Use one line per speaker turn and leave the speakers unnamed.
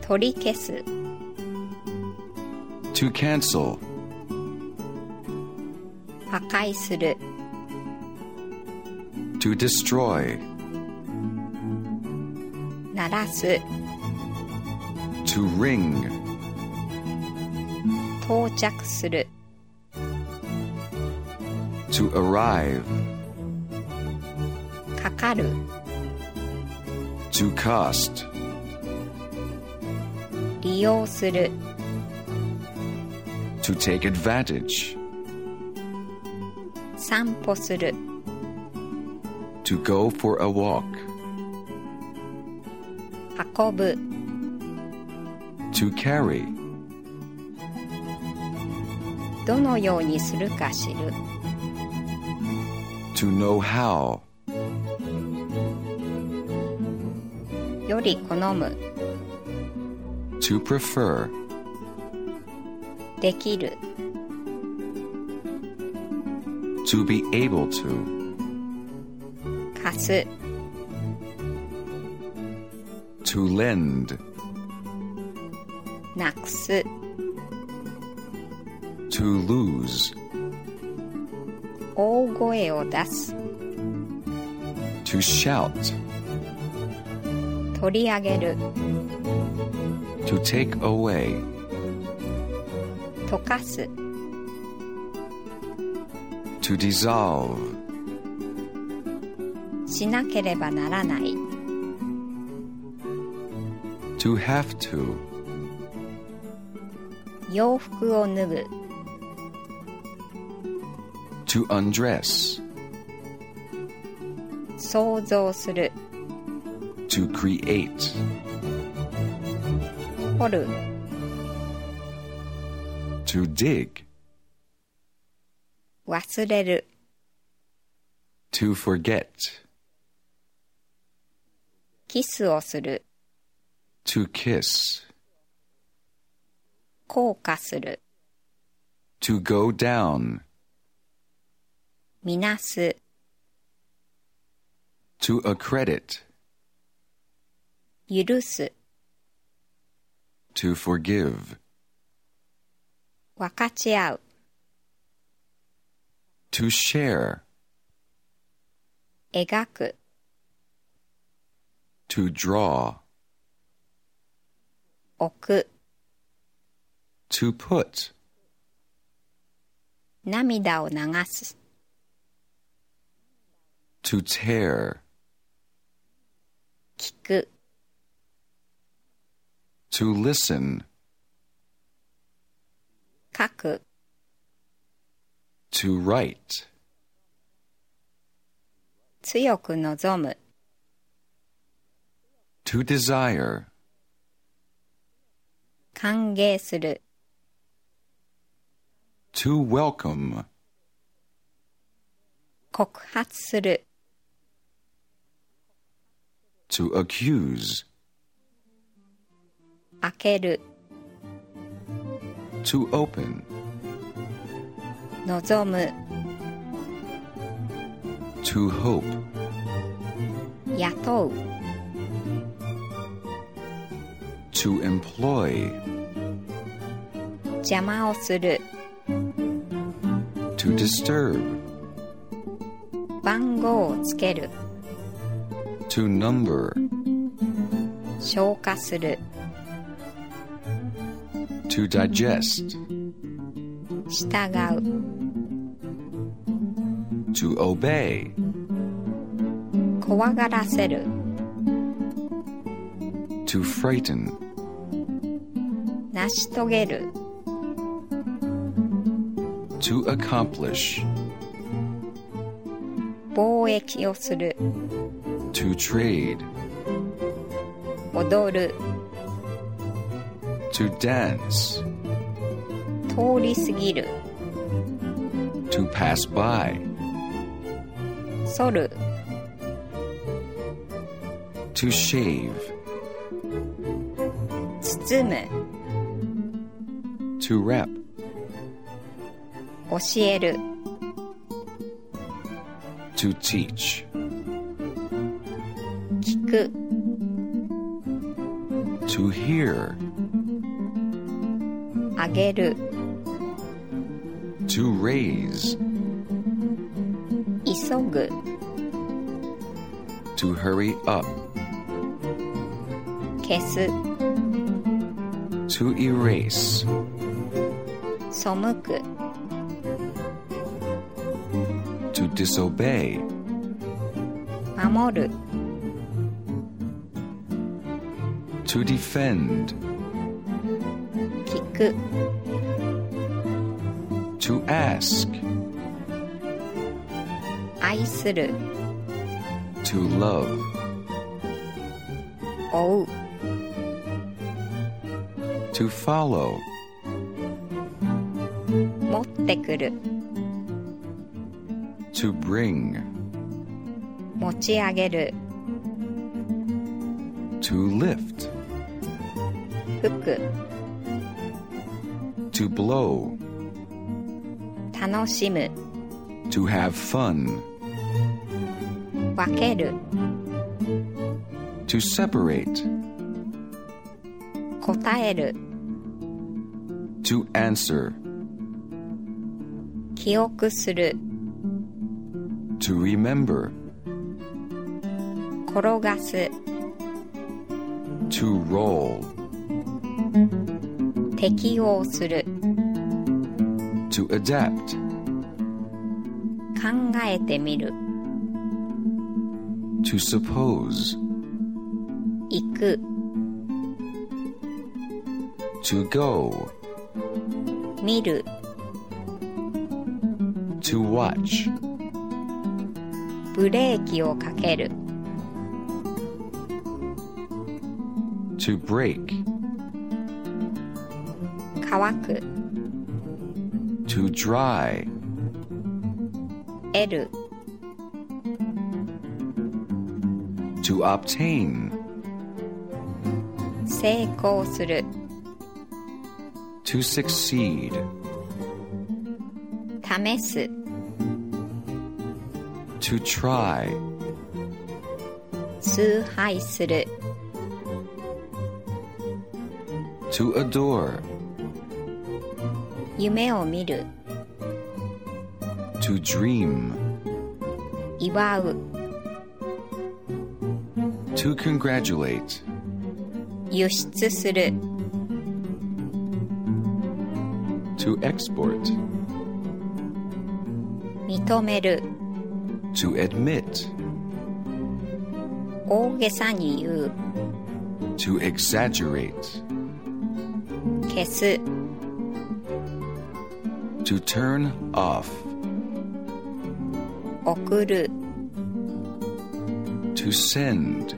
取り消す
to cancel,
破壊する
to destroy,
鳴らす
to ring,
到着する
to arrive,
かかる
to cost,
利用する
to take advantage,
散歩する
to go for a walk,
運ぶ
to carry,
どのようにするか知る
to know how,
より好む
to prefer,
できる
to be able to,
貸す
to lend,
なくす
to lose,
大声を出す
to shout,
取り上げる
to take away,
溶かす
to dissolve,
しなければならない
to have to,
洋服を脱ぐ
to undress,
想像する
to create,
掘る
to dig,
忘れる
to forget,
キスをする
to kiss,
硬化する
to go down,
みなす
to accredit,
許す
to forgive,
分かち合う
to share,
描く
to draw,
置く
to put,
涙を流す
to tear,
聞く
to listen,
書く
to write,
強く望む
to desire,
歓迎する
to welcome,
告発する
to accuse,
開ける
to open,
望む
to hope,
雇う
to employ,
邪魔をする
to disturb,
番号をつける
to number,
消化する
to digest,
従う
to obey,
怖がらせる
to frighten,
成し遂げる
to accomplish,
貿易をする
to trade,
踊る
to dance,
通り過ぎる
to pass by,
反る
to shave,
包む
to wrap,
教える
to teach,
聞く
to to hear,
あげる
to raise,
急ぐ
to hurry up,
消す
to erase,
背く
to disobey,
守る
to defend,
聞く
to ask,
愛する
to love,
追う
to follow,
持ってくる
to bring,
持ち上げる
to lift,
吹く
to blow,
楽しむ
to have fun,
分ける
to separate,
答える
to answer,
記憶する
to remember,
転がす
to roll,
適応する
to adapt,
考えてみる
to suppose,
行く
to go,
見る
to watch,
ブレーキをかける
to break,
乾く
to dry,
得る
to obtain,
成功する
to succeed,
試す
to try,
崇拝する
to adore,
夢を見る
to dream,
祝う
to congratulate,
輸出する
to export,
認める
to admit,
大げさに言う
to exaggerate,
消す
to turn off,
送る
to send,